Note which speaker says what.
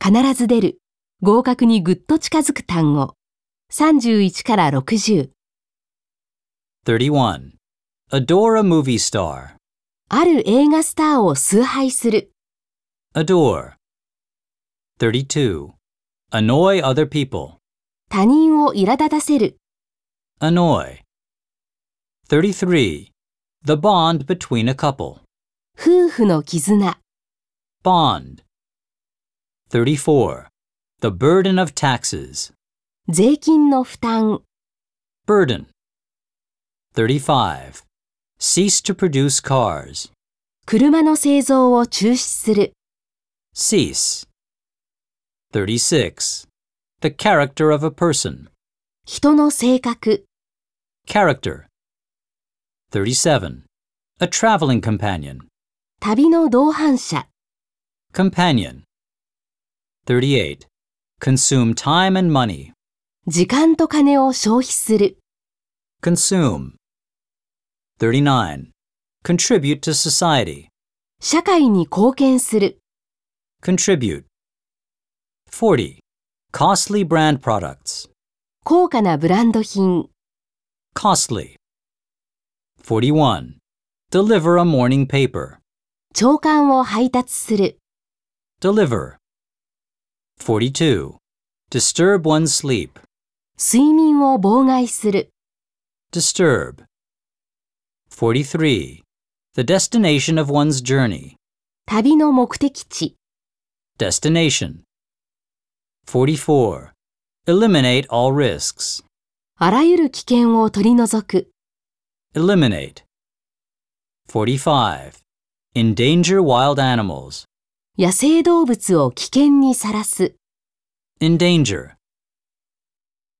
Speaker 1: 必ず出る、合格にぐっと近づく単語。31から60。
Speaker 2: 31. Adore a movie star.
Speaker 1: ある映画スターを崇拝する。
Speaker 2: Adore. 32. Annoy other people.
Speaker 1: 他人を苛立たせる。
Speaker 2: Annoy. 33. The bond between a couple.
Speaker 1: 夫婦の絆。
Speaker 2: Bond. 34. The burden of taxes.
Speaker 1: 税金の負担。
Speaker 2: Burden. 35. Cease to produce cars.
Speaker 1: 車の製造を中止する。
Speaker 2: Cease. 36. The character of a person.
Speaker 1: 人の性格。
Speaker 2: Character. 37. A traveling companion.
Speaker 1: 旅の同伴者。
Speaker 2: Companion. 38. Consume time and money.
Speaker 1: 時間と金を消費する。
Speaker 2: Consume. 39. Contribute to society.
Speaker 1: 社会に貢献する。
Speaker 2: Contribute. 40. Costly brand products.
Speaker 1: 高価なブランド品。
Speaker 2: Costly. 41. Deliver a morning paper.
Speaker 1: 長官を配達する。
Speaker 2: Deliver. 42. Disturb one's sleep.
Speaker 1: 睡眠を妨害する。
Speaker 2: Disturb. 43. The destination of one's journey.
Speaker 1: 旅の目的地。
Speaker 2: Destination. 44. Eliminate all risks.
Speaker 1: あらゆる危険を取り除く。
Speaker 2: Eliminate. 45. Endanger wild animals.
Speaker 1: 野生動物を危険にさらす。
Speaker 2: Endanger.